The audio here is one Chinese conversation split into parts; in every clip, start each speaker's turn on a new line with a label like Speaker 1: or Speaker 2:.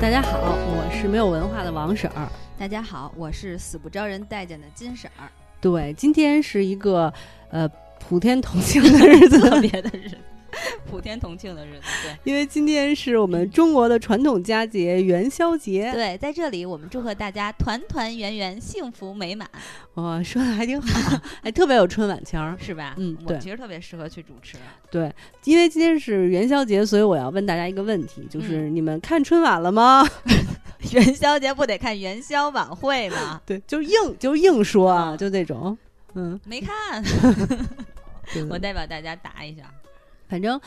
Speaker 1: 大家好，我是没有文化的王婶儿。
Speaker 2: 大家好，我是死不招人待见的金婶儿，
Speaker 1: 对，今天是一个呃普天同庆的日 子，
Speaker 3: 特 别的日子， 普天同庆的日子。对，
Speaker 1: 因为今天是我们中国的传统佳节元宵节。
Speaker 2: 对，在这里我们祝贺大家团团圆圆，幸福美满，
Speaker 1: 哇，说的还挺 好，还特别有春晚腔儿。
Speaker 3: 是吧？
Speaker 1: 嗯
Speaker 3: 我
Speaker 1: 对
Speaker 3: 其实特别适合去主持。
Speaker 1: 对，因为今天是元宵节，所以我要问大家一个问题，就是你们看春晚了吗？
Speaker 3: 元宵节不得看元宵晚会吗？
Speaker 1: 对，就硬就硬说啊，
Speaker 3: 嗯
Speaker 1: 就那种。嗯，
Speaker 3: 没看，
Speaker 1: 对
Speaker 3: 我代表大家答一下。
Speaker 1: 反正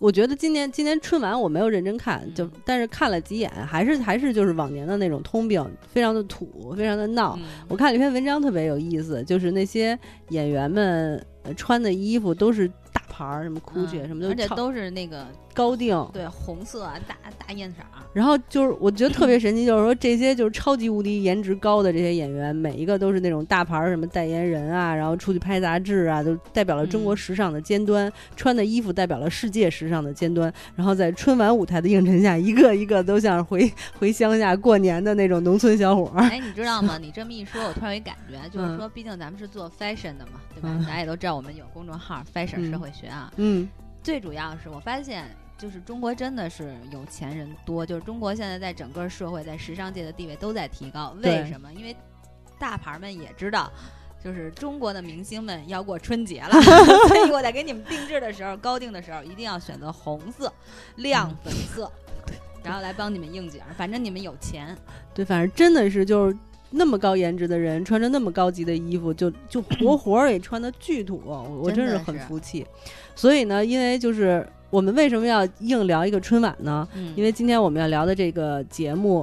Speaker 1: 我觉得今年今年春晚我没有认真看，就、
Speaker 3: 嗯
Speaker 1: 但是看了几眼，还是还是就是往年的那种通病，非常的土，非常的闹。
Speaker 3: 嗯
Speaker 1: 我看了一篇文章特别有意思，就是那些演员们呃穿的衣服都是大牌儿，什么 GUCCI、啊
Speaker 3: 嗯
Speaker 1: 什么都
Speaker 3: 而且
Speaker 1: 超
Speaker 3: 都是那个
Speaker 1: 高定。
Speaker 3: 对红色啊，大大艳色 儿。
Speaker 1: 然后就是我觉得特别神奇，就是说这些就是超级无敌颜值高的这些演员，每一个都是那种大牌儿什么代言人啊，然后出去拍杂志啊，都代表了中国
Speaker 3: 嗯
Speaker 1: 时尚的尖端，穿的衣服代表了世界时尚的尖端。然后在春晚舞台的映衬下，一个一个都像是回回乡下过年的那种农村小伙儿。
Speaker 3: 哎，你知道 吗？你这么一说，我突然有一感觉，就是
Speaker 1: 嗯
Speaker 3: 说，毕竟咱们是做 fashion 的嘛，对吧？
Speaker 1: 嗯
Speaker 3: 大家也都知道我们有公众号 fashion 社
Speaker 1: 嗯
Speaker 3: 会学啊。
Speaker 1: 嗯，
Speaker 3: 最主要是我发现，就是中国真的是有钱人多，就是中国现在在整个社会在时尚界的地位都在提高。
Speaker 1: 对
Speaker 3: 为什么？因为大牌们也知道。就是中国的明星们要过春节了， 所以我在给你们定制的时候，高定的时候一定要选择红色、
Speaker 1: 嗯
Speaker 3: 亮粉色，然后来帮你们应景。反正你们有钱，
Speaker 1: 对，反正真的是就是。那么高颜值的人穿着那么高级的衣服，就就活活儿也穿的巨土，我我真
Speaker 3: 真
Speaker 1: 是
Speaker 3: 的
Speaker 1: 很
Speaker 3: 是
Speaker 1: 服气。所以呢，因为就是我们为什么要硬聊一个春晚呢？
Speaker 3: 嗯，
Speaker 1: 因为今天我们要聊的这个节目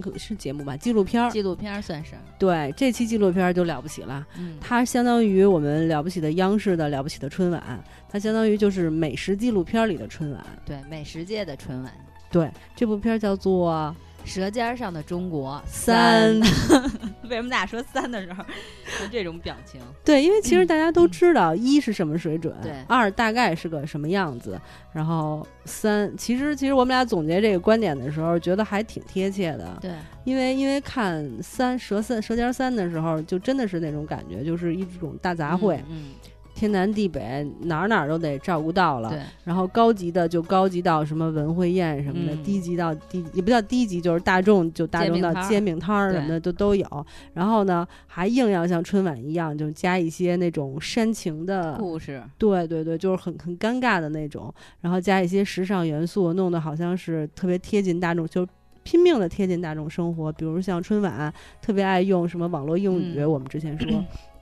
Speaker 1: 可是节目吧，纪录片儿。
Speaker 3: 纪录片儿算是，
Speaker 1: 对，这期纪录片儿就了不起了，
Speaker 3: 嗯，
Speaker 1: 它相当于我们了不起的央视的了不起的春晚，它相当于就是美食纪录片儿里的春晚。
Speaker 3: 对，美食界的春晚，
Speaker 1: 对，这部片儿叫做
Speaker 3: 《舌尖上的中国》
Speaker 1: 《三》。
Speaker 3: 为什么大家说三的时候就这种表情？
Speaker 1: 对，因为其实大家都知道一是什么水准，
Speaker 3: 嗯对
Speaker 1: 二大概是个什么样子，然后三，其实其实我们俩总结这个观点的时候，觉得还挺贴切的，
Speaker 3: 对，
Speaker 1: 因为因为看三蛇三舌尖三的时候，就真的是那种感觉，就是一种大杂烩，
Speaker 3: 嗯，
Speaker 1: 天南地北哪儿哪儿都得照顾到
Speaker 3: 嗯
Speaker 1: 了，
Speaker 3: 对，
Speaker 1: 然后高级的就高级到什么文汇宴什么的，
Speaker 3: 嗯
Speaker 1: 低级到低也不叫低级，就是大众就大众到煎
Speaker 3: 煎
Speaker 1: 饼摊儿什么的都都有。然后呢，还硬要像春晚一样，就加一些那种煽情的，
Speaker 3: 故事，
Speaker 1: 对对对，就是很很尴尬的那种，然后加一些时尚元素，弄得好像是特别贴近大众，就是。拼命的贴近大众生活，比如像春晚特别爱用什么网络用语，
Speaker 3: 嗯
Speaker 1: 我们之前说，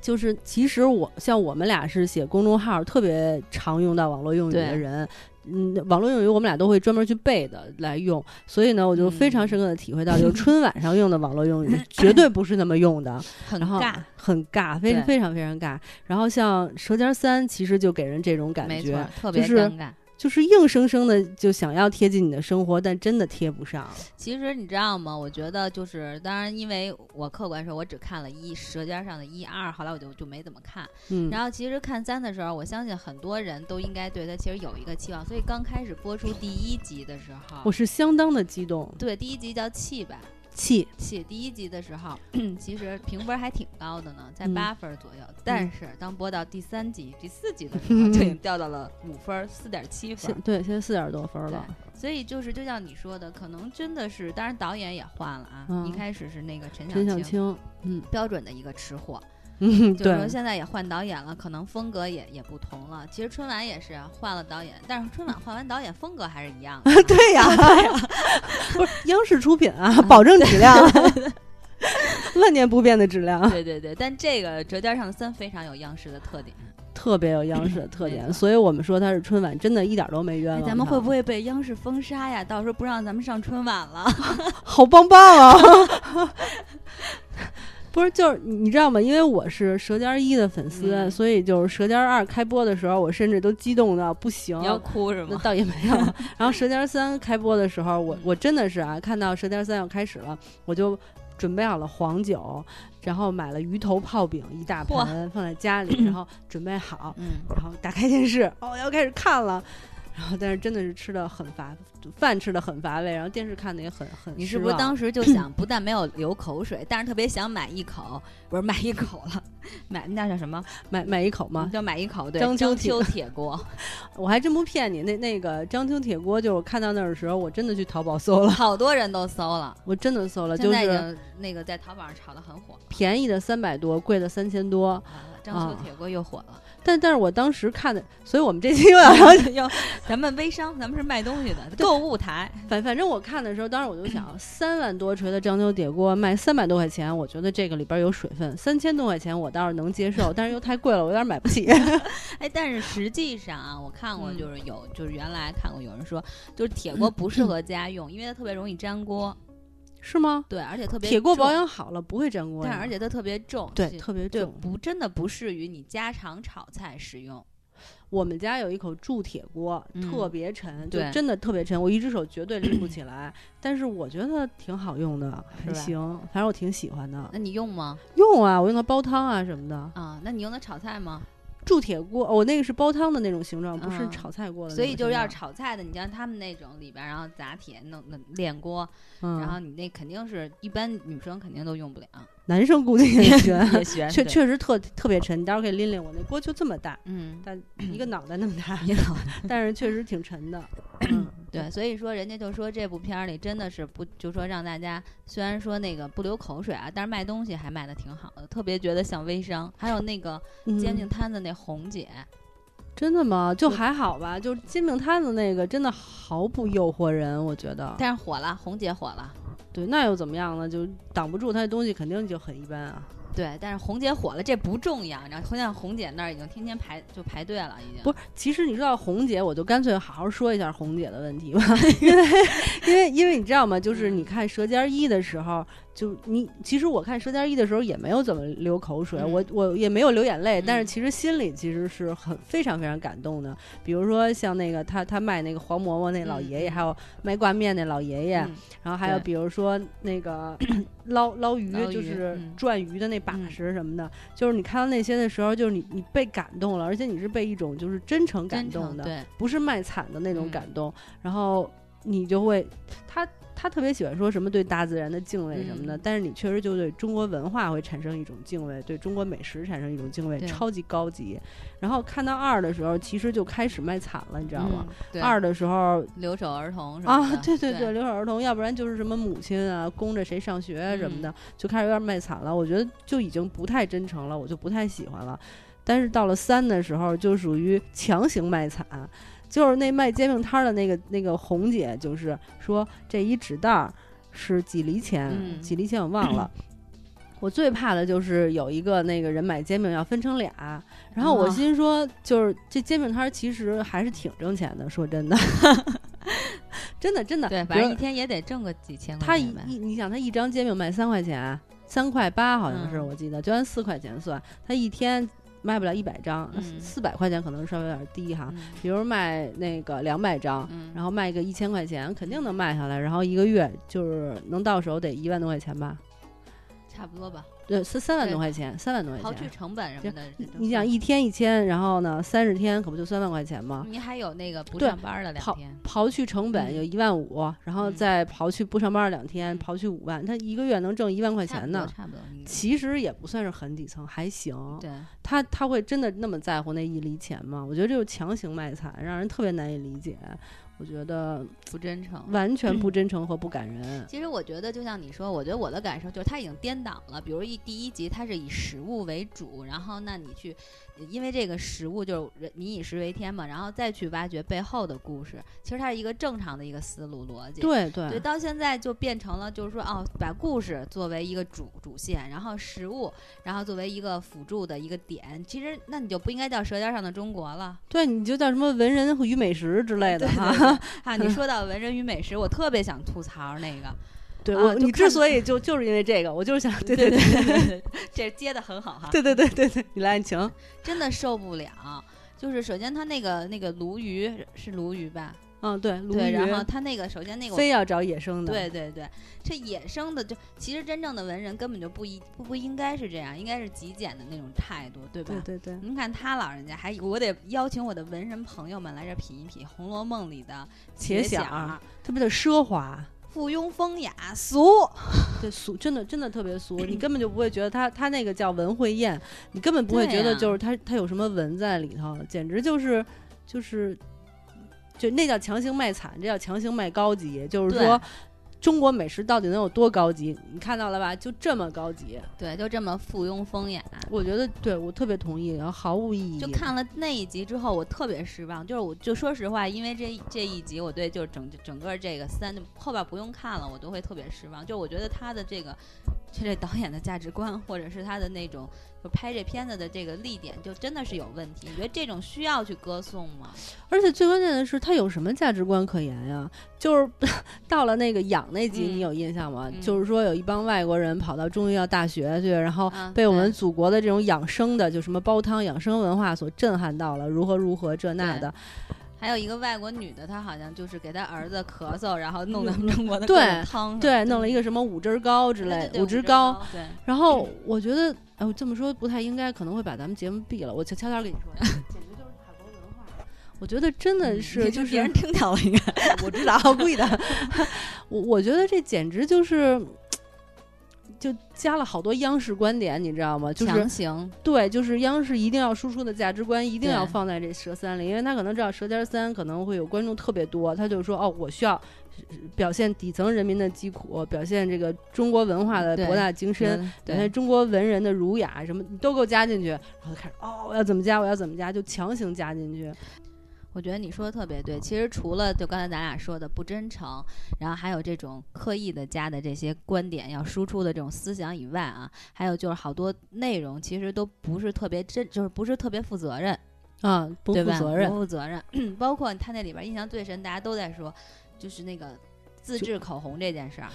Speaker 1: 就是其实我像我们俩是写公众号，特别常用到网络用语的
Speaker 3: 对
Speaker 1: 人。嗯，网络用语我们俩都会专门去背的来用，所以呢，我就非常
Speaker 3: 嗯
Speaker 1: 深刻的体会到，就是春晚上用的网络用语绝对不是那么用的，
Speaker 3: 很
Speaker 1: 然后
Speaker 3: 尬，
Speaker 1: 很尬，非
Speaker 3: 对
Speaker 1: 非常非常尬。然后像《舌尖三》，其实就给人这种感
Speaker 3: 没错
Speaker 1: 觉，，
Speaker 3: 特别
Speaker 1: 就是
Speaker 3: 尴尬。
Speaker 1: 就是硬生生的就想要贴近你的生活，但真的贴不上。
Speaker 3: 其实你知道吗？我觉得就是，当然，因为我客观说，我只看了一《舌尖上的一二》，后来我就就没怎么看。
Speaker 1: 嗯，
Speaker 3: 然后其实看三的时候，我相信很多人都应该对它其实有一个期望，所以刚开始播出第一集的时候，
Speaker 1: 我是相当的激动，
Speaker 3: 对第一集叫气吧，
Speaker 1: 气，
Speaker 3: 写第一集的 时候，其实评分还挺高的呢，在
Speaker 1: 嗯
Speaker 3: 八分左右。但是当播到第三集、第四集的时候，就已经掉到了五分，四点七
Speaker 1: 现
Speaker 3: 分。
Speaker 1: 对，现在四点多分了。
Speaker 3: 所以就是，就像你说的，可能真的是，当然导演也换了啊。
Speaker 1: 嗯
Speaker 3: 一开始是那个陈
Speaker 1: 陈小
Speaker 3: 青，
Speaker 1: 青，嗯，
Speaker 3: 标准的一个吃货，
Speaker 1: 嗯，
Speaker 3: 就是
Speaker 1: 对
Speaker 3: 说，现在也换导演了，可能风格也也不同了。其实春晚也是啊换了导演，但是春晚换完导演风格还是 一样的啊。
Speaker 1: 对 呀、对呀、不是央视出品啊，保证质量， 万年不变的质量，
Speaker 3: 对对对，但这个《舌尖上的三》非常有央视的特点。
Speaker 1: 特别有央视的特
Speaker 3: 没
Speaker 1: 点，
Speaker 3: 错
Speaker 1: 所以我们说它是春晚，真的一点都没冤
Speaker 3: 哎，
Speaker 1: 枉它。
Speaker 3: 咱们会不会被央视封杀呀？到时候不让咱们上春晚 了。
Speaker 1: 好棒棒啊？ 不是，就是你知道吗？因为我是《舌尖一》的粉丝，
Speaker 3: 嗯
Speaker 1: 所以就是《舌尖二》开播的时候，我甚至都激动到不行，
Speaker 3: 要哭是
Speaker 1: 那
Speaker 3: 吗？
Speaker 1: 倒也没有。 然后《舌尖三》开播的时候，我
Speaker 3: 嗯
Speaker 1: 我真的是啊，看到《舌尖三》要开始了，我就准备好了黄酒，然后买了鱼头泡饼一大
Speaker 3: 嚯
Speaker 1: 盆放在家里，然后准备好，
Speaker 3: 嗯，
Speaker 1: 然后打开电视，哦，要开始看了。然后但是真的是吃的很乏，饭吃的很乏味，然后电视看的也很很失望。
Speaker 3: 你是不是当时就想，不但没有流口水，但是特别想买一口，不是买一口了，买那叫什么？
Speaker 1: 买买一口吗？
Speaker 3: 叫买一口，对，
Speaker 1: 章丘
Speaker 3: 章
Speaker 1: 铁
Speaker 3: 丘铁锅。
Speaker 1: 我还真不骗你，那那个章丘铁锅，就是我看到那儿的时候，我真的去淘宝搜了，
Speaker 3: 好多人都搜了，
Speaker 1: 我真的搜了，
Speaker 3: 现
Speaker 1: 就
Speaker 3: 在已
Speaker 1: 是
Speaker 3: 经那个在淘宝上炒得很火了。
Speaker 1: 便宜的三百多，贵的三千多。
Speaker 3: 完了章丘铁锅又火 了，
Speaker 1: 但但是我当时看的，所以我们这期又要聊
Speaker 3: 要咱们微商，咱们是卖东西的购物台，
Speaker 1: 反反正我看的时候，当时我就想，三万多锤的章丘铁锅卖三百多块钱，我觉得这个里边有水分；三千多块钱我倒是能接受，但是又太贵了，我有点买不 起。
Speaker 3: 哎，但是实际上啊，我看过，
Speaker 1: 嗯
Speaker 3: 就是有，就是原来看过有人说，就是铁锅不
Speaker 1: 嗯
Speaker 3: 适合家用，因为它特别容易粘锅，
Speaker 1: 是吗？
Speaker 3: 对，而且特别
Speaker 1: 铁锅
Speaker 3: 重
Speaker 1: 保，养好了不会粘锅呀，
Speaker 3: 但是而且它特别重，
Speaker 1: 对
Speaker 3: 是
Speaker 1: 特别
Speaker 3: 对
Speaker 1: 重。
Speaker 3: 不真的不适于你家常炒菜使用，
Speaker 1: 我们家有一口铸铁锅，
Speaker 3: 嗯
Speaker 1: 特别沉，就
Speaker 3: 对
Speaker 1: 真的特别沉，我一只手绝对 拎不起来。但是我觉得挺好用的，
Speaker 3: 是
Speaker 1: 还
Speaker 3: 吧
Speaker 1: 行，反正我挺喜欢的。
Speaker 3: 那你用吗？
Speaker 1: 用啊，我用它煲汤啊什么的。
Speaker 3: 啊，那你用它炒菜吗？
Speaker 1: 铸铁锅，我、那个是煲汤的那种形状，不是
Speaker 3: 嗯
Speaker 1: 炒菜锅的那种形状。
Speaker 3: 所以就是要炒菜的，你像他们那种里边儿，然后砸铁弄弄炼锅，
Speaker 1: 嗯，
Speaker 3: 然后你那肯定是一般女生肯定都用不了，
Speaker 1: 男生估计 也悬。
Speaker 3: 也 悬，
Speaker 1: 确
Speaker 3: 对，
Speaker 1: 确实特特别沉，你待会儿可以拎拎我那锅就这么大，
Speaker 3: 嗯，
Speaker 1: 但一个脑袋那么大，
Speaker 3: 你好。
Speaker 1: 但是确实挺沉的。
Speaker 3: 对，所以说人家就说这部片儿里真的是不，就说让大家虽然说那个不流口水啊，但是卖东西还卖的挺好的，特别觉得像微商。还有那个
Speaker 1: 嗯，
Speaker 3: 煎饼摊子那红姐，
Speaker 1: 真的吗？就还好吧，就是煎饼摊子那个真的毫不诱惑人，我觉得。
Speaker 3: 但是火了，红姐火了，
Speaker 1: 对，那又怎么样呢？就挡不住它的东西肯定就很一般啊。
Speaker 3: 对，但是红姐火了，这不重要，你知道，现在红姐那儿已经天天排就排队了，已经。
Speaker 1: 不是，其实你知道红姐，我就干脆好好说一下红姐的问 题吧，因为因为因为你知道吗？就是
Speaker 3: 嗯
Speaker 1: 你看《舌尖一》的时候，就你其实我看《舌尖一》的时候也没有怎么流口水，
Speaker 3: 嗯
Speaker 1: 我我也没有流眼泪，但是
Speaker 3: 嗯
Speaker 1: 其实心里其实是很非常非常感动的。比如说像那个他他卖那个黄馍馍那老
Speaker 3: 嗯
Speaker 1: 爷爷，
Speaker 3: 嗯
Speaker 1: 还有卖挂面那老爷爷，
Speaker 3: 嗯
Speaker 1: 然后还有
Speaker 3: 对
Speaker 1: 比如说那个 捞捞鱼
Speaker 3: 捞，鱼
Speaker 1: 就是
Speaker 3: 嗯
Speaker 1: 转鱼的那把式什么的，就是你看到那些的时候，就是你你被感动了，而且你是被一种就是真诚感
Speaker 3: 真
Speaker 1: 动
Speaker 3: 诚
Speaker 1: 的，
Speaker 3: 对，
Speaker 1: 不是卖惨的那种
Speaker 3: 嗯
Speaker 1: 感动。然后你就会，他他特别喜欢说什么对大自然的敬畏什么的，
Speaker 3: 嗯
Speaker 1: 但是你确实就对中国文化会产生一种敬畏，对中国美食产生一种敬畏，
Speaker 3: 对
Speaker 1: 超级高级。然后看到二的时候，其实就开始卖惨了，你知道吗？
Speaker 3: 嗯？对，
Speaker 1: 二的时候
Speaker 3: 留守儿童什么
Speaker 1: 啊
Speaker 3: 的，
Speaker 1: 对对对，
Speaker 3: 对，
Speaker 1: 留守儿童，要不然就是什么母亲啊，供着谁上学啊什么
Speaker 3: 嗯
Speaker 1: 的，就开始有点卖惨了。我觉得就已经不太真诚了，我就不太喜欢了。但是到了三的时候，就属于强行卖惨，就是那卖煎饼摊儿的那个那个红姐，就是说这一纸袋儿是几厘钱，
Speaker 3: 嗯
Speaker 1: 几厘钱我忘 了。我最怕的就是有一个那个人买煎饼要分成俩，然后我
Speaker 3: 哦
Speaker 1: 心说，就是这煎饼摊儿其实还是挺挣钱的，说真的， 真的真的，
Speaker 3: 对，
Speaker 1: 比
Speaker 3: 反正
Speaker 1: 如
Speaker 3: 一天也得挣个几千
Speaker 1: 他
Speaker 3: 块
Speaker 1: 一
Speaker 3: 钱呗。
Speaker 1: 一你想他一张煎饼卖三块钱，三块八好像是、
Speaker 3: 嗯
Speaker 1: 我记得，就按四块钱算，他一天卖不了一百张，
Speaker 3: 嗯
Speaker 1: 四百块钱可能稍微有点低哈，
Speaker 3: 嗯
Speaker 1: 比如卖那个两百张。
Speaker 3: 嗯，
Speaker 1: 然后卖个一千块钱，肯定能卖下来。然后一个月就是能到手得一万多块钱吧，
Speaker 3: 差不多吧，
Speaker 1: 对，三三万
Speaker 3: 对
Speaker 1: 多块钱，三万多块
Speaker 3: 刨去
Speaker 1: 钱。
Speaker 3: 成本什么的，这
Speaker 1: 你
Speaker 3: 都
Speaker 1: 你
Speaker 3: 是
Speaker 1: 想一天一千，然后呢，三十天可不就三万块钱吗？
Speaker 3: 您还有那个不
Speaker 1: 对
Speaker 3: 上班儿的两
Speaker 1: 跑
Speaker 3: 天，
Speaker 1: 刨去成本
Speaker 3: 嗯
Speaker 1: 有一万五，然后
Speaker 3: 嗯
Speaker 1: 再刨去不上班两天，
Speaker 3: 嗯
Speaker 1: 刨去五万，他一个月能挣一万块
Speaker 3: 差不
Speaker 1: 钱
Speaker 3: 多
Speaker 1: 呢。
Speaker 3: 差不多。你
Speaker 1: 其实也不算是很底层，还行。
Speaker 3: 对，
Speaker 1: 他他会真的那么在乎那一厘钱吗？我觉得这就是强行卖惨，让人特别难以理解。我觉得
Speaker 3: 不真诚。
Speaker 1: 完全不真诚和不感人。
Speaker 3: 其实我觉得，就像你说，我觉得我的感受就是他已经颠倒了。比如一第一集，它是以食物为主，然后那你去，因为这个食物就是人民以食为天嘛，然后再去挖掘背后的故事。其实它是一个正常的一个思路逻辑。
Speaker 1: 对
Speaker 3: 对，
Speaker 1: 对，
Speaker 3: 到现在就变成了，就是说，哦，把故事作为一个主主线，然后食物，然后作为一个辅助的一个点。其实，那你就不应该叫《舌尖上的中国》了。
Speaker 1: 对，你就叫什么文人与美食之类的哈。
Speaker 3: 啊，你说到文人与美食，我特别想吐槽那个。
Speaker 1: 对
Speaker 3: 啊
Speaker 1: 我，
Speaker 3: 就
Speaker 1: 你
Speaker 3: 看嗯
Speaker 1: 之所以就就是因为这个，我就是想，对对对
Speaker 3: 对，这接的很好哈，
Speaker 1: 对对对对对，你来，你请。
Speaker 3: 真的受不了。就是首先他那个那个鲈鱼是鲈鱼吧，
Speaker 1: 嗯，对，鲈
Speaker 3: 对，
Speaker 1: 鱼，
Speaker 3: 然后他那个首先那个我
Speaker 1: 非要找野生的，
Speaker 3: 对对对，这野生的就其实真正的文人根本就不一不不应该是这样，应该是极简的那种态度，对吧？
Speaker 1: 对对对，
Speaker 3: 您看他老人家还，我得邀请我的文人朋友们来这品一品《红楼梦》里的
Speaker 1: 且
Speaker 3: 想
Speaker 1: 想
Speaker 3: 儿、
Speaker 1: 特别的奢华，
Speaker 3: 附庸风雅、俗。
Speaker 1: 对俗，真的真的特别俗， 你根本就不会觉得他他那个叫文会宴，你根本不会
Speaker 3: 对
Speaker 1: 觉得
Speaker 3: 呀
Speaker 1: 就是他他有什么文在里头，简直就是就是就那叫强行卖惨，这叫强行卖高级，就是
Speaker 3: 对
Speaker 1: 说。中国美食到底能有多高级？你看到了吧？就这么高级，
Speaker 3: 对，就这么附庸风雅。
Speaker 1: 我觉得对我特别同意，然后毫无意义。
Speaker 3: 就看了那一集之后，我特别失望。就是我就说实话，因为这这一集，我对就是整整个这个三后边不用看了，我都会特别失望。就我觉得他的这个，就这导演的价值观，或者是他的那种就拍这片子的这个力点，就真的是有问题。你觉得这种需要去歌颂吗？
Speaker 1: 而且最关键的是，他有什么价值观可言呀？就是 到了那个养那集，
Speaker 3: 嗯
Speaker 1: 你有印象吗？
Speaker 3: 嗯
Speaker 1: 就是说有一帮外国人跑到中医药大学去，然后
Speaker 3: 啊
Speaker 1: 哦被我们
Speaker 3: 对
Speaker 1: 祖国的这种养生的，就什么煲汤养生文化所震撼到了，如何如何这那的。
Speaker 3: 还有一个外国女的，她好像就是给她儿子咳嗽，然后弄咱们中国的
Speaker 1: 嗯对
Speaker 3: 各种汤，
Speaker 1: 对，弄了一个什么五汁儿糕之
Speaker 3: 嗯对
Speaker 1: 类
Speaker 3: 对，对
Speaker 1: 五
Speaker 3: 五
Speaker 1: 汁
Speaker 3: 汁
Speaker 1: 糕。，
Speaker 3: 对，
Speaker 1: 然后我觉得，哎，我这么说不太应该，可能会把咱们节目毙了。我悄悄悄跟你说，简 直就是海国文化。我觉得真的是，
Speaker 3: 嗯
Speaker 1: 就是
Speaker 3: 别人听到了应该，
Speaker 1: 我知道，我故意 的。我我觉得这简直就是，就加了好多央视观点，你知道吗？就是
Speaker 3: 强行，
Speaker 1: 对，就是央视一定要输出的价值观一定要
Speaker 3: 对
Speaker 1: 放在这《舌三》里，因为他可能知道《舌尖三》可能会有观众特别多，他就说哦，我需要呃表现底层人民的疾苦，表现这个中国文化的
Speaker 3: 对
Speaker 1: 博大精深，
Speaker 3: 嗯
Speaker 1: 表现中国文人的儒雅，什么你都给我加进去，然后就开始哦，我要怎么加，我要怎么加，就强行加进去。
Speaker 3: 我觉得你说的特别对。其实除了就刚才咱俩说的不真诚，然后还有这种刻意的加的这些观点要输出的这种思想以外啊，还有就是好多内容其实都不是特别真，就是不是特别负责任，
Speaker 1: 啊，不
Speaker 3: 对
Speaker 1: 负
Speaker 3: 吧？
Speaker 1: 责任
Speaker 3: 不，负责任。 包括他那里边印象最深，大家都在说，就是那个自制口红这件事儿。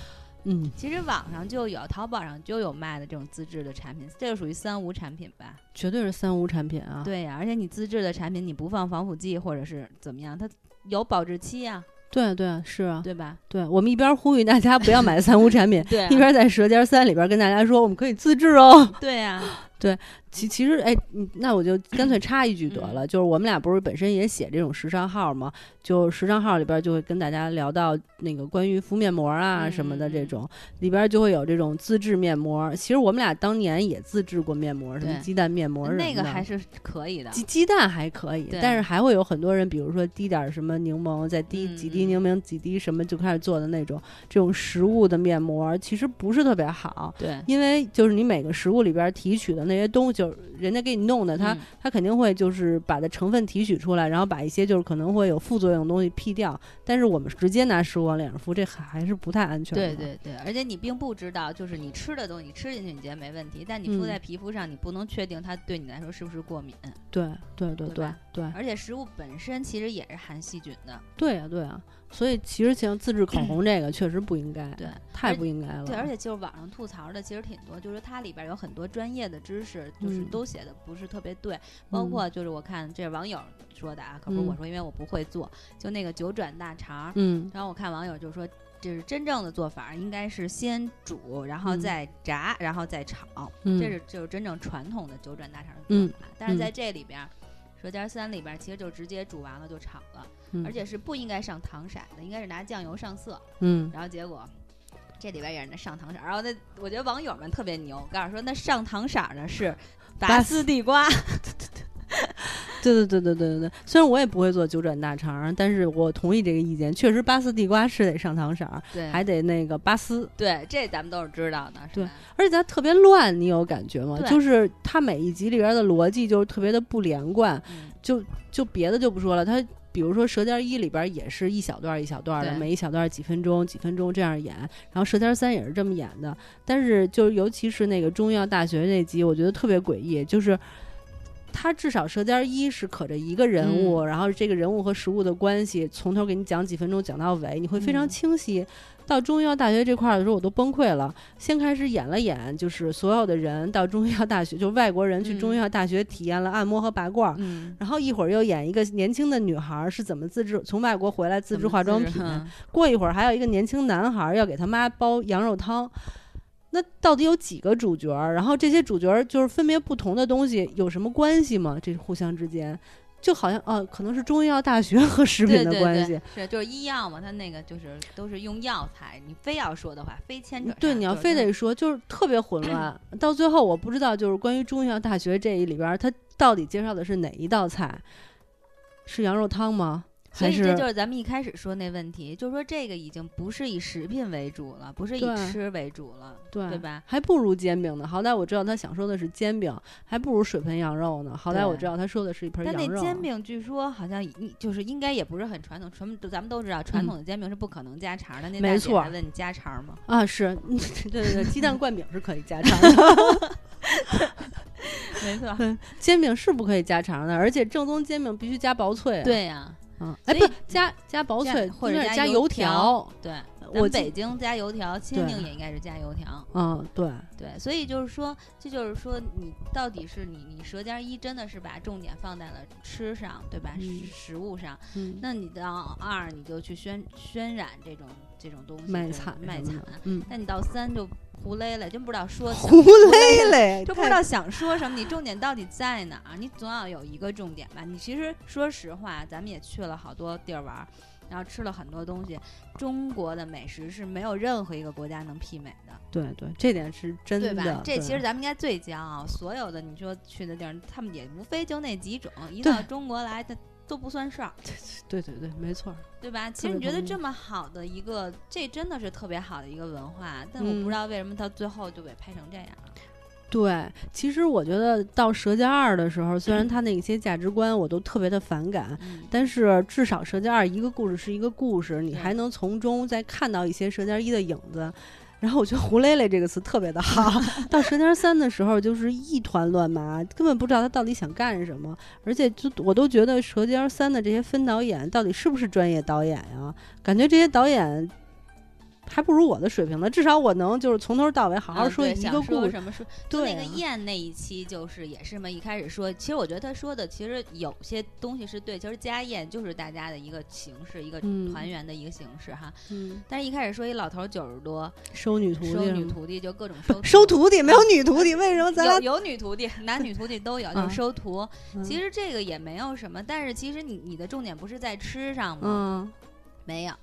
Speaker 1: 嗯，
Speaker 3: 其实网上就有，淘宝上就有卖的这种自制的产品，这就属于三无产品吧？
Speaker 1: 绝对是三无产品啊。
Speaker 3: 对呀、而且你自制的产品你不放防腐剂或者是怎么样，它有保质期呀、
Speaker 1: 对对啊是啊，
Speaker 3: 对吧？，
Speaker 1: 对我们一边呼吁大家不要买三无 产品
Speaker 3: 对啊
Speaker 1: 一边在《舌尖三》里边跟大家说我们可以自制哦。
Speaker 3: 对啊，
Speaker 1: 其其实，哎，嗯那我就干脆插一句
Speaker 3: 嗯
Speaker 1: 得了，就是我们俩不是本身也写这种时尚号嘛，就时尚号里边就会跟大家聊到那个关于敷面膜啊
Speaker 3: 嗯
Speaker 1: 什么的
Speaker 3: 嗯
Speaker 1: 这
Speaker 3: 嗯
Speaker 1: 种，里边就会有这种自制面膜。其实我们俩当年也自制过面膜，什么
Speaker 3: 对呃
Speaker 1: 鸡蛋面膜什么的。
Speaker 3: 那个还是可以的。
Speaker 1: 鸡鸡蛋还可以，
Speaker 3: 对
Speaker 1: 但是还会有很多人，比如说滴点儿什么柠檬，再滴
Speaker 3: 嗯
Speaker 1: 几滴柠檬，几滴什么就开始做的那种，这种食物的面膜其实不是特别好，
Speaker 3: 对，
Speaker 1: 因为就是你每个食物里边提取的那些东西，就是人家给你弄的，它
Speaker 3: 嗯
Speaker 1: 它肯定会就是把它成分提取出来，然后把一些就是可能会有副作用的东西 P 掉，但是我们直接拿食物往脸上敷，这还还是不太安全的。
Speaker 3: 对对对，而且你并不知道，就是你吃的东西，你吃进去你觉得没问题，但你敷
Speaker 1: 嗯
Speaker 3: 在皮肤上，你不能确定它对你来说是不是过敏。
Speaker 1: 对对对
Speaker 3: 对
Speaker 1: 对
Speaker 3: 吧
Speaker 1: 对
Speaker 3: 而且食物本身其实也是含细菌的。
Speaker 1: 对呀对呀，所以其实像自制口红这个确实不应该，
Speaker 3: 对
Speaker 1: 太
Speaker 3: 而
Speaker 1: 不应该了。
Speaker 3: 对，而且就是网上吐槽的其实挺多，就是它里边有很多专业的知识，就是
Speaker 1: 嗯
Speaker 3: 都写的不是特别对，包
Speaker 1: 嗯
Speaker 3: 括就是我看这是网友说的啊，可不是
Speaker 1: 嗯
Speaker 3: 我说，因为我不会做，就那个九转大肠，
Speaker 1: 嗯。
Speaker 3: 然后我看网友就说，这是真正的做法，应该是先煮，然后
Speaker 1: 嗯
Speaker 3: 再炸，然后再炒，
Speaker 1: 嗯
Speaker 3: 这是就是真正传统的九转大肠的
Speaker 1: 嗯
Speaker 3: 做法。但是
Speaker 1: 嗯
Speaker 3: 在这里边儿，舌尖三》里边儿其实就直接煮完了就炒了，
Speaker 1: 嗯
Speaker 3: 而且是不应该上糖色的，应该是拿酱油上色，
Speaker 1: 嗯，
Speaker 3: 然后结果。这里边也是那上糖色儿，然后那我觉得网友们特别牛，告诉说那上糖色儿的是拔
Speaker 1: 拔
Speaker 3: 丝地瓜，
Speaker 1: 对对对对对对对。虽然我也不会做九转大肠，但是我同意这个意见，确实巴斯地瓜是得上糖色儿，
Speaker 3: 对，
Speaker 1: 还得那个巴斯，
Speaker 3: 对，这咱们都是知道的，是
Speaker 1: 对
Speaker 3: 吧？
Speaker 1: 而且它特别乱，你有感觉吗？
Speaker 3: 对
Speaker 1: 就是它每一集里边的逻辑就是特别的不连贯，
Speaker 3: 嗯，
Speaker 1: 就就别的就不说了，它。比如说《舌尖一》里边也是一小段儿一小段儿的，
Speaker 3: 对
Speaker 1: 每一小段儿几分钟几分钟这样演，然后《舌尖三》也是这么演的。但是就是尤其是那个中药大学那集，我觉得特别诡异，就是它至少《舌尖一》是可着一个人物，
Speaker 3: 嗯
Speaker 1: 然后这个人物和食物的关系，从头给你讲几分钟，讲到尾，你会非常
Speaker 3: 嗯
Speaker 1: 清晰。到中医药大学这块儿的时候，我都崩溃了。先开始演了演，就是所有的人到中医药大学，就外国人去中医药大学体验了按摩和拔罐儿，
Speaker 3: 嗯，
Speaker 1: 然后一会儿又演一个年轻的女孩儿是怎么自制，从外国回来自制化妆品，啊
Speaker 3: 嗯
Speaker 1: 过一会儿还有一个年轻男孩儿要给他妈煲羊肉汤。那到底有几个主角儿？然后这些主角儿就是分别不同的东西有什么关系吗？这互相之间，就好像哦、可能是中医药大学 和食品
Speaker 3: 对
Speaker 1: 的
Speaker 3: 对
Speaker 1: 关系。
Speaker 3: 对，是就是医药嘛，它那个就是都是用药材，你非要说的话，非牵扯上。
Speaker 1: 嗯对，你要
Speaker 3: 就是嗯
Speaker 1: 非得说，就是特别混乱。到最后，我不知道就是关于中医药大学这一里边儿，它到底介绍的是哪一道菜？是羊肉汤吗？
Speaker 3: 所
Speaker 1: 还
Speaker 3: 以这
Speaker 1: 是
Speaker 3: 就是咱们一开始说那问题，就是说这个已经不是以食品为主了，不是以
Speaker 1: 对
Speaker 3: 吃为主了，
Speaker 1: 对
Speaker 3: 对吧？
Speaker 1: 还不如煎饼呢。好歹我知道他想说的是煎饼，还不如水盆羊肉呢。好歹我
Speaker 3: 对
Speaker 1: 知道他说的是一盆
Speaker 3: 但
Speaker 1: 羊肉。
Speaker 3: 那煎饼据说好像一就是应该也不是很传统，传咱们都知道传统的煎饼是不可能加肠的。那
Speaker 1: 嗯没
Speaker 3: 大姐
Speaker 1: 错
Speaker 3: 还问你加 肠吗？
Speaker 1: 啊，是对对对，鸡蛋灌饼是可以加肠 的，
Speaker 3: 没错，
Speaker 1: 煎饼是不可以加肠的，而且正宗煎饼必须加薄脆、，
Speaker 3: 对呀、
Speaker 1: 嗯，哎，
Speaker 3: 所
Speaker 1: 不
Speaker 3: 以
Speaker 1: 是加加薄
Speaker 3: 加
Speaker 1: 脆，
Speaker 3: 或者
Speaker 1: 应该是
Speaker 3: 加
Speaker 1: 加
Speaker 3: 油
Speaker 1: 油条。
Speaker 3: 对。
Speaker 1: 我
Speaker 3: 咱
Speaker 1: 记
Speaker 3: 北京加油条，
Speaker 1: 对
Speaker 3: 天津也应该是加油条，
Speaker 1: 嗯，对，
Speaker 3: 对，所以就是说，这就是说，你到底是你你《舌尖一》真的是把重点放在了吃上，对吧？
Speaker 1: 嗯
Speaker 3: 食食物上，
Speaker 1: 嗯，
Speaker 3: 那你到二你就去渲渲染这种这种东西，
Speaker 1: 卖
Speaker 3: 对
Speaker 1: 惨
Speaker 3: 卖
Speaker 1: 什
Speaker 3: 惨
Speaker 1: 么的。 嗯，
Speaker 3: 那你到三就胡勒了，真不知 道说
Speaker 1: 胡勒勒，
Speaker 3: 就不知道想说什么，你重点到底在哪儿？你总要有一个重点吧。你其实说实话，咱们也去了好多地儿玩儿，然后吃了很多东西。中国的美食是没有任何一个国家能媲美的，
Speaker 1: 对对，这点是真
Speaker 3: 对
Speaker 1: 的。
Speaker 3: 吧？这
Speaker 1: 对
Speaker 3: 其实咱们应该最骄傲。所有的你说去的地儿，他们也无非就那几种，一
Speaker 1: 对
Speaker 3: 到中国来，它都不算事儿。
Speaker 1: 对对对，没错儿。
Speaker 3: 对吧？
Speaker 1: 特
Speaker 3: 其实
Speaker 1: 别
Speaker 3: 你觉得
Speaker 1: 同意
Speaker 3: 这么好的一个，这真的是特别好的一个文化，但我
Speaker 1: 嗯
Speaker 3: 不知道为什么到最后就被拍成这样了。
Speaker 1: 对，其实我觉得到《舌尖二》的时候，虽 然他那些价值观我都特别的反感，啊
Speaker 3: 嗯，
Speaker 1: 但是至少《舌尖二》一个故事是一个故事，你
Speaker 3: 对
Speaker 1: 还能从中再看到一些《舌尖一》的影子。然后我觉得“胡咧咧”这个词特别的 好。到《舌尖三》的时候，就是一团乱麻，根本不知道他到底想干什么。而且就我都觉得《舌尖三》的这些分导演到底是不是专业导演呀、感觉这些导演还不如我的水平呢。至少我能就是从头到尾好好
Speaker 3: 嗯
Speaker 1: 说
Speaker 3: 对
Speaker 1: 一
Speaker 3: 想
Speaker 1: 个故事。
Speaker 3: 什么说？就
Speaker 1: 对
Speaker 3: 那
Speaker 1: 啊、
Speaker 3: 个燕那一期就是也是嘛，一开始说，其实我觉得他说的其实有些东西是对，其实家宴就是大家的一个形式，一个
Speaker 1: 嗯
Speaker 3: 团圆的一个形式哈。
Speaker 1: 嗯，
Speaker 3: 但是一开始说一老头九十多
Speaker 1: 收女徒弟
Speaker 3: 收
Speaker 1: 是
Speaker 3: 女
Speaker 1: 吗，
Speaker 3: 徒弟 就各种收
Speaker 1: 收徒弟没有女 徒弟，为什么 咱
Speaker 3: 有
Speaker 1: 俩
Speaker 3: 有女徒弟，男女徒弟都有，
Speaker 1: 啊
Speaker 3: 就收徒。
Speaker 1: 嗯
Speaker 3: 其实这个也没有什么，但是其实你你的重点不是在吃上吗？
Speaker 1: 嗯，
Speaker 3: 没有，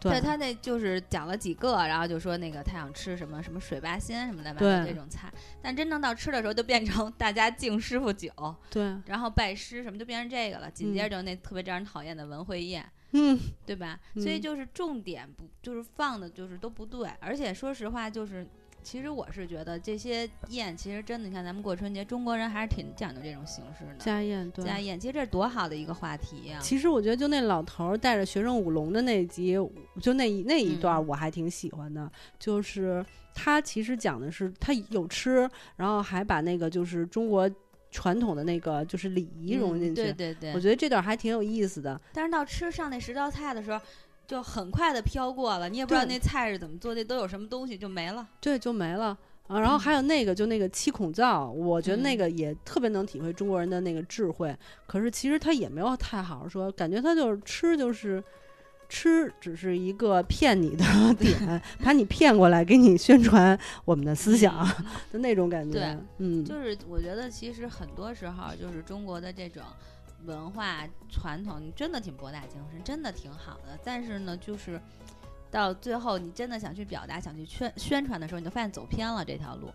Speaker 1: 对
Speaker 3: 他那就是讲了几个，然后就说那个他想吃什么什么水八仙什么的吧，
Speaker 1: 对
Speaker 3: 这种菜。但真正到吃的时候，就变成大家敬师傅酒，
Speaker 1: 对，
Speaker 3: 然后拜师什么，就变成这个了。紧接着就那特别让人讨厌的文会宴，
Speaker 1: 嗯，
Speaker 3: 对吧？所以
Speaker 1: 嗯
Speaker 3: 就是重点不就是放的就是都不对，而且说实话就是。其实我是觉得这些宴，其实真的，你看咱们过春节，中国人还是挺讲究这种形式的。
Speaker 1: 家宴对。
Speaker 3: 家宴，其实这多好的一个话题呀、
Speaker 1: 其实我觉得就那老头儿带着学生舞龙的那一集，就那一那一段儿
Speaker 3: 嗯
Speaker 1: 我还挺喜欢的，就是他其实讲的是他有吃，然后还把那个就是中国传统的那个就是礼仪融
Speaker 3: 嗯
Speaker 1: 进去。
Speaker 3: 对对对，
Speaker 1: 我觉得这段儿还挺有意思的，
Speaker 3: 但是到吃上那十道菜的时候，就很快的飘过了，你也不知道
Speaker 1: 对
Speaker 3: 那菜是怎么做的，都有什么东西就没了。
Speaker 1: 对，就没了。啊，然后还有那个，就那个七孔灶，我觉得那
Speaker 3: 嗯
Speaker 1: 个也特别能体会中国人的那个智慧。可是其实他也没有太好好说，感觉他就是吃就是吃，只是一个骗你的 点， 把你骗过来，给你宣传我们的思想的那种感觉。
Speaker 3: 嗯对，
Speaker 1: 嗯，
Speaker 3: 就是我觉得其实很多时候就是中国的这种。文化传统，你真的挺博大精深，真的挺好的。但是呢，就是到最后，你真的想去表达、想去宣宣传的时候，你就发现走偏了这条路。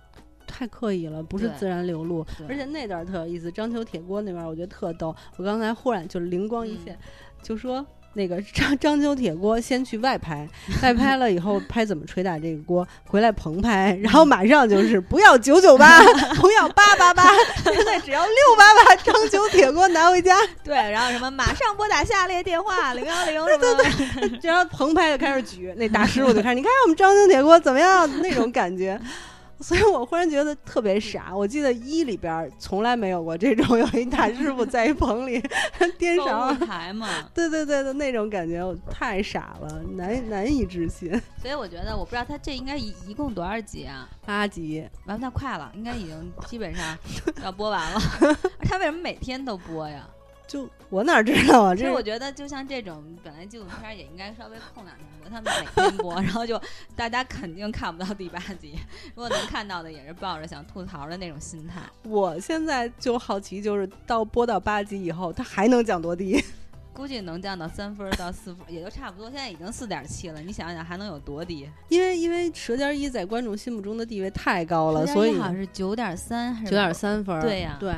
Speaker 1: 太刻意了，不是
Speaker 3: 对
Speaker 1: 自然流露。
Speaker 3: 对
Speaker 1: 而且那段儿特有意思，张球铁锅那段儿我觉得特逗。我刚才忽然就灵光一现，就说那个张 张秋铁锅先去外拍，外拍了以后拍怎么捶打这个锅，回来棚拍，然后马上就是不要九九八， 不要八八八，现在只要六八八，张秋铁锅拿回家，
Speaker 3: 对，然后什么马上拨打下列电话零幺零什么
Speaker 1: 然后棚拍就开始举，那大师傅就开始，你看我们张秋铁锅怎么样那种感觉。所以我忽然觉得特别傻。我记得一里边儿从来没有过这种，有一大师傅在一棚里 颠
Speaker 3: 购
Speaker 1: 勺
Speaker 3: 物，台嘛。
Speaker 1: 对对对的那种感觉，我太傻了，难难以置信。
Speaker 3: 所以我觉得，我不知道他这应该一一共多少集啊？
Speaker 1: 八级，
Speaker 3: 完，那快了，应该已经基本上要播完 了。他为什么每天都播呀？
Speaker 1: 就我哪知道啊？
Speaker 3: 其
Speaker 1: 这
Speaker 3: 实我觉得，就像这种本来纪录片儿也应该稍微空两天播，他们 每天播，然后就大家肯定看不到第八集。如果能看到的，也是抱着想吐槽的那种心态。
Speaker 1: 我现在就好奇，就是到播到八级以后，他还能降多低？
Speaker 3: 估计能降到三分儿到四分儿，也就差不多。现在已经四点七了，你想想还能有多低？
Speaker 1: 因为因为《舌尖一》在观众心目中的地位太高了，
Speaker 3: 中间
Speaker 1: 所以
Speaker 3: 一好像是九点三还是
Speaker 1: 九点三分儿，
Speaker 3: 对呀
Speaker 1: 对，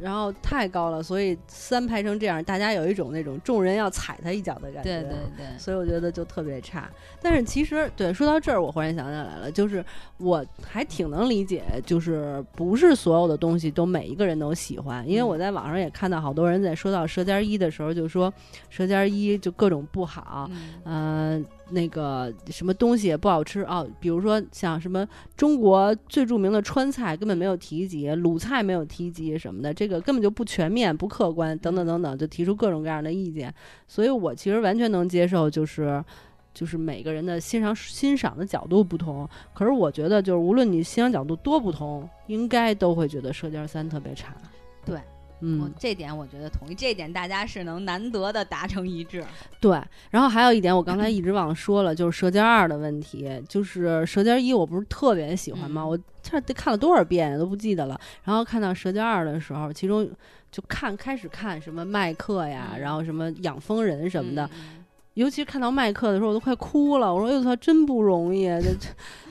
Speaker 1: 然后太高了，所以三拍成这样，大家有一种那种众人要踩他一脚的感觉。
Speaker 3: 对对对，
Speaker 1: 所以我觉得就特别差。但是其实，对，说到这儿，我忽然想起来了，就是我还挺能理解，就是不是所有的东西都每一个人都喜欢，因为
Speaker 3: 嗯
Speaker 1: 我在网上也看到好多人在说到《舌尖一》的时候，就说《舌尖一》就各种不好，
Speaker 3: 嗯
Speaker 1: 呃，那个什么东西也不好吃哦，比如说像什么中国最著名的川菜根本没有提及，鲁菜没有提及什么的，这个根本就不全面、不客观，等等等等，就提出各种各样的意见。所以我其实完全能接受，就是。就是每个人的欣赏欣赏的角度不同，可是我觉得，就是无论你欣赏角度多不同，应该都会觉得《舌尖三》特别差。
Speaker 3: 对，我
Speaker 1: 嗯，
Speaker 3: 这点我觉得同意，这点大家是能难得的达成一致。
Speaker 1: 对，然后还有一点，我刚才一直忘了说了，就是《舌尖二》的问题。就是《舌尖一》，我不是特别喜欢吗？
Speaker 3: 嗯
Speaker 1: 我这得看了多少遍都不记得了。然后看到《舌尖二》的时候，其中就看开始看什么麦克呀，
Speaker 3: 嗯
Speaker 1: 然后什么养蜂人什么的，
Speaker 3: 嗯，嗯
Speaker 1: 尤其是看到麦克的时候，我都快哭了。我说：“哎呦我操，真不容易，啊这 这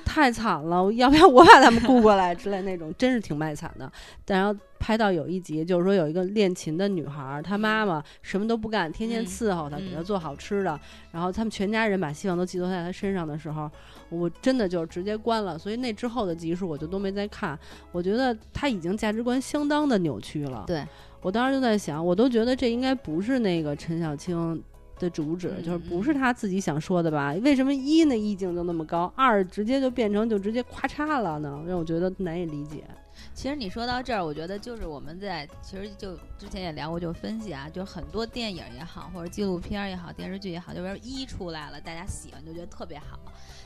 Speaker 1: 太惨了！我要不要我把他们雇过来之类那种，真是挺卖惨的。”然后拍到有一集，就是说有一个练琴的女孩儿，她妈妈什么都不干，天天
Speaker 3: 嗯
Speaker 1: 伺候她，给她
Speaker 3: 嗯
Speaker 1: 做好吃的。然后他们全家人把希望都寄托在她身上的时候，我真的就直接关了。所以那之后的集数我就都没再看。我觉得她已经价值观相当的扭曲了。
Speaker 3: 对。
Speaker 1: 我当时就在想，我都觉得这应该不是那个陈小青的主旨，
Speaker 3: 嗯
Speaker 1: 就是不是他自己想说的吧？为什么一呢意境就那么高，二直接就变成就直接咔嚓了呢？让我觉得难以理解。
Speaker 3: 其实你说到这儿，我觉得就是我们在其实就之前也聊过，就分析啊，就是很多电影也好，或者纪录片儿也好，电视剧也好，就是一出来了，大家喜欢就觉得特别好，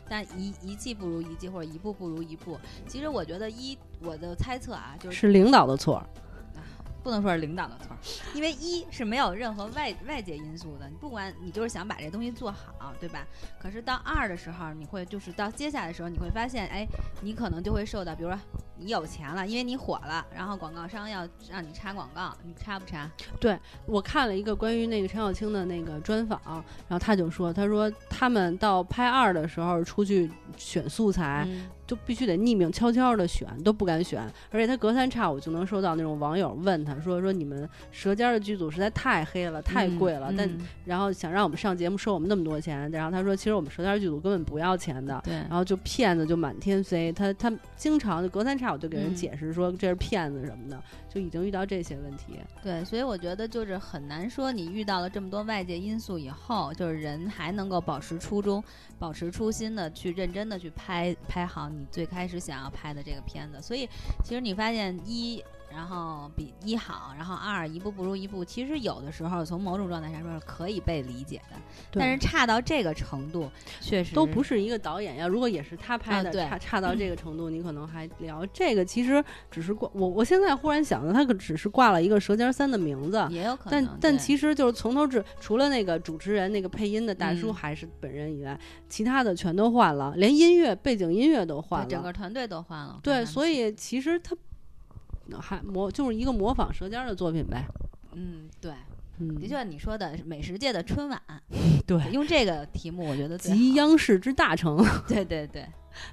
Speaker 3: 但一一季不如一季，或者一步不如一步。其实我觉得一，我的猜测啊，就是
Speaker 1: 是领导的错儿，
Speaker 3: 不能说是领导的错儿，因为一是没有任何外外界因素的，你不管你就是想把这东西做好，对吧？可是到二的时候，你会就是到接下来的时候，你会发现，哎，你可能就会受到，比如说你有钱了，因为你火了，然后广告商要让你插广告，你插不插？
Speaker 1: 我看了一个关于那个陈小青的那个专访，然后他就说，他说他们到拍二的时候出去选素材，
Speaker 3: 嗯
Speaker 1: 就必须得匿名悄悄的选，都不敢选。而且他隔三差五就能收到那种网友问他说说你们《舌尖》的剧组实在太黑了，太贵了，但
Speaker 3: 嗯
Speaker 1: 然后想让我们上节目收我们那么多钱，然后他说其实我们舌尖剧组根本不要钱的，
Speaker 3: 对，
Speaker 1: 然后就骗子就满天飞，他他经常就隔三差五就给人
Speaker 3: 嗯
Speaker 1: 解释说这是骗子什么的，就已经遇到这些问题。
Speaker 3: 对，所以我觉得就是很难说，你遇到了这么多外界因素以后，就是人还能够保持初衷，保持初心的去认真的去拍拍好你最开始想要拍的这个片子。所以其实你发现一。然后比一好，然后二一步不如一步。其实有的时候从某种状态上说是可以被理解的，但是差到这个程度，确实
Speaker 1: 都不是一个导演呀，如果也是他拍
Speaker 3: 啊
Speaker 1: 的，
Speaker 3: 对
Speaker 1: 差差到这 个程度，你可能还聊这个。其实只是挂我，我现在忽然想到，他可只是挂了一个《舌尖三》的名字，
Speaker 3: 也有可能。
Speaker 1: 但但
Speaker 3: 对
Speaker 1: 其实就是从头至除了那个主持人那个配音的大叔
Speaker 3: 嗯
Speaker 1: 还是本人以外，其他的全都换了，连音乐背景音乐都换了，
Speaker 3: 对整个团队都换了。我看他
Speaker 1: 对，
Speaker 3: 们
Speaker 1: 所
Speaker 3: 是
Speaker 1: 以其实他还模就是一个模仿《舌尖》的作品呗。
Speaker 3: 嗯，对，
Speaker 1: 嗯，
Speaker 3: 的，确你说的美食界的春晚，
Speaker 1: 对，
Speaker 3: 用这个题目，我觉得最
Speaker 1: 集
Speaker 3: 好
Speaker 1: 央视之大成，
Speaker 3: 对对对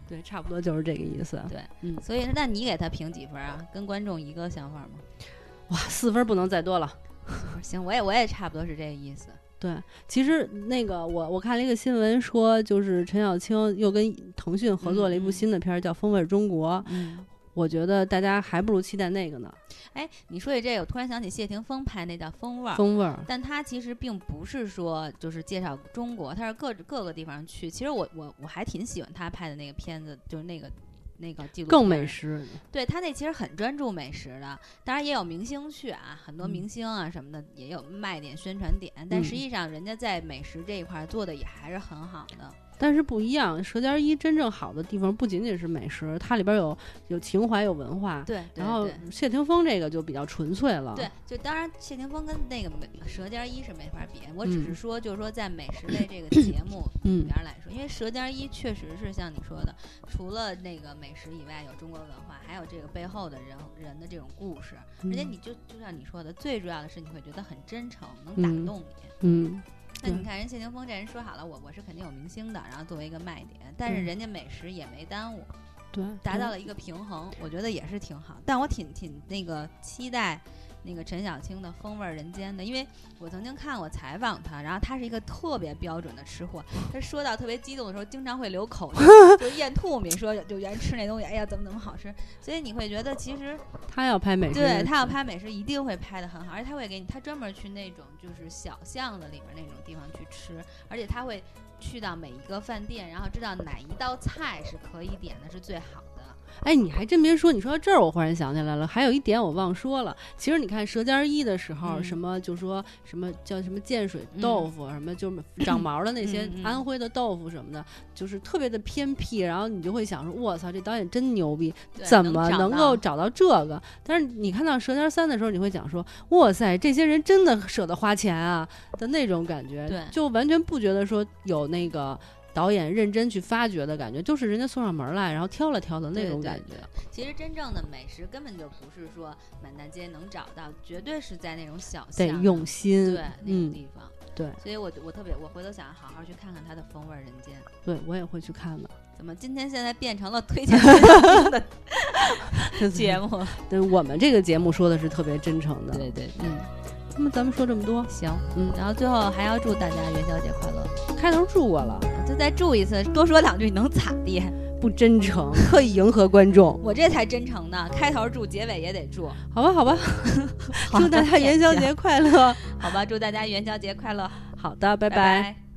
Speaker 1: 对，差不多就是这个意思。
Speaker 3: 对，
Speaker 1: 嗯
Speaker 3: 所以那你给他评几分啊？跟观众一个想法吗？
Speaker 1: 哇，四分不能再多了。
Speaker 3: 行，我也我也差不多是这个意思。
Speaker 1: 其实那个我我看了一个新闻说，就是陈小青又跟腾讯合作了一部
Speaker 3: 嗯嗯
Speaker 1: 新的片儿，叫《风味中国》。
Speaker 3: 嗯，
Speaker 1: 我觉得大家还不如期待那个呢，
Speaker 3: 哎，你说起这个，我突然想起谢霆锋拍那叫《风味儿》。
Speaker 1: 风味儿。
Speaker 3: 但他其实并不是说就是介绍中国，他是各各个地方去。其实我我我还挺喜欢他拍的那个片子，就是那个那个纪录
Speaker 1: 更
Speaker 3: 片
Speaker 1: 美
Speaker 3: 儿
Speaker 1: 食。
Speaker 3: 对他那其实很专注美食的，当然也有明星去啊，很多
Speaker 1: 嗯
Speaker 3: 明星啊什么的也有卖点宣传点，但实
Speaker 1: 嗯
Speaker 3: 际上人家在美食这一块儿做的也还是很好的。
Speaker 1: 但是不一样，《舌尖儿一》真正好的地方不仅仅是美食，它里边有有情怀，有文化。
Speaker 3: 对，对
Speaker 1: 然后
Speaker 3: 对
Speaker 1: 谢霆锋这个就比较纯粹了。
Speaker 3: 对，就当然谢霆锋跟那个美《舌尖儿一》是没法比，我只是
Speaker 1: 嗯
Speaker 3: 说就是说在美食类这个节目里
Speaker 1: 嗯
Speaker 3: 边儿来说，因为《舌尖儿一》确实是像你说的，除了那个美食以外，有中国文化，还有这个背后的人人的这种故事，而且
Speaker 1: 嗯
Speaker 3: 你就就像你说的，最主要的是你会觉得很真诚，能打
Speaker 1: 嗯
Speaker 3: 动你。
Speaker 1: 嗯，
Speaker 3: 那
Speaker 1: 对
Speaker 3: 你看人谢霆锋这人说好了，我我是肯定有明星的，然后作为一个卖点，但是
Speaker 1: 对
Speaker 3: 人家美食也没耽误，
Speaker 1: 对，
Speaker 3: 达
Speaker 1: 对
Speaker 3: 到了一个平衡，我觉得也是挺好。但我挺挺那个期待那个陈小青的《风味儿人间》的，因为我曾经看过采访他，然后他是一个特别标准的吃货，他说到特别激动的时候，经常会流口水，就咽吐沫，说就原来吃那东西，哎呀怎么怎么好吃，所以你会觉得其实
Speaker 1: 他要拍美食，
Speaker 3: 对 他要，拍美食，一定会拍的很好，而且他会给你，他专门去那种就是小巷子里面那种地方去吃，而且他会去到每一个饭店，然后知道哪一道菜是可以点的是最好的。
Speaker 1: 哎，你还真别说，你说到这儿，我忽然想起来了，还有一点我忘说了。其实你看《舌尖儿一》的时候，
Speaker 3: 嗯
Speaker 1: 什么就说什么叫什么建水豆腐，什么就是长毛的那些
Speaker 3: 嗯嗯
Speaker 1: 安徽的豆腐什么的，就是特别的偏僻，然后你就会想说，我操，这导演真牛逼，
Speaker 3: 对
Speaker 1: 怎么
Speaker 3: 找
Speaker 1: 能
Speaker 3: 到
Speaker 1: 够找到这个？但是你看到《舌尖三》的时候，你会讲说：“哇塞，这些人真的舍得花钱啊”的那种感觉，
Speaker 3: 对
Speaker 1: 就完全不觉得说有那个导演认真去发掘的感觉，就是人家送上门来，然后挑了挑的那
Speaker 3: 对
Speaker 1: 种
Speaker 3: 对
Speaker 1: 感觉。
Speaker 3: 其实真正的美食根本就不是说满大街能找到，绝对是在那种小巷
Speaker 1: 得
Speaker 3: 子
Speaker 1: 用心，
Speaker 3: 对那种
Speaker 1: 嗯，
Speaker 3: 地方。
Speaker 1: 对
Speaker 3: 所以我我特别我回头想好好去看看他的《风味儿人间》。
Speaker 1: 对我也会去看的。
Speaker 3: 怎么今天现在变成了 推荐陈小青的 节目？
Speaker 1: 对我们这个节目说的是特别真诚的，
Speaker 3: 对对对。
Speaker 1: 嗯。那么咱们说这么多，
Speaker 3: 行，
Speaker 1: 嗯
Speaker 3: 然后最后还要祝大家元宵节快乐，
Speaker 1: 开头祝过了，
Speaker 3: 就再祝一次，多说两句能咋地？
Speaker 1: 不真诚，刻意迎合观众，
Speaker 3: 我这才真诚呢，开头祝，结尾也得祝。
Speaker 1: 好吧，好吧，
Speaker 3: 好
Speaker 1: 祝大家元宵节快乐。
Speaker 3: 好吧，祝大家元宵节快乐，
Speaker 1: 好的，拜
Speaker 3: 拜拜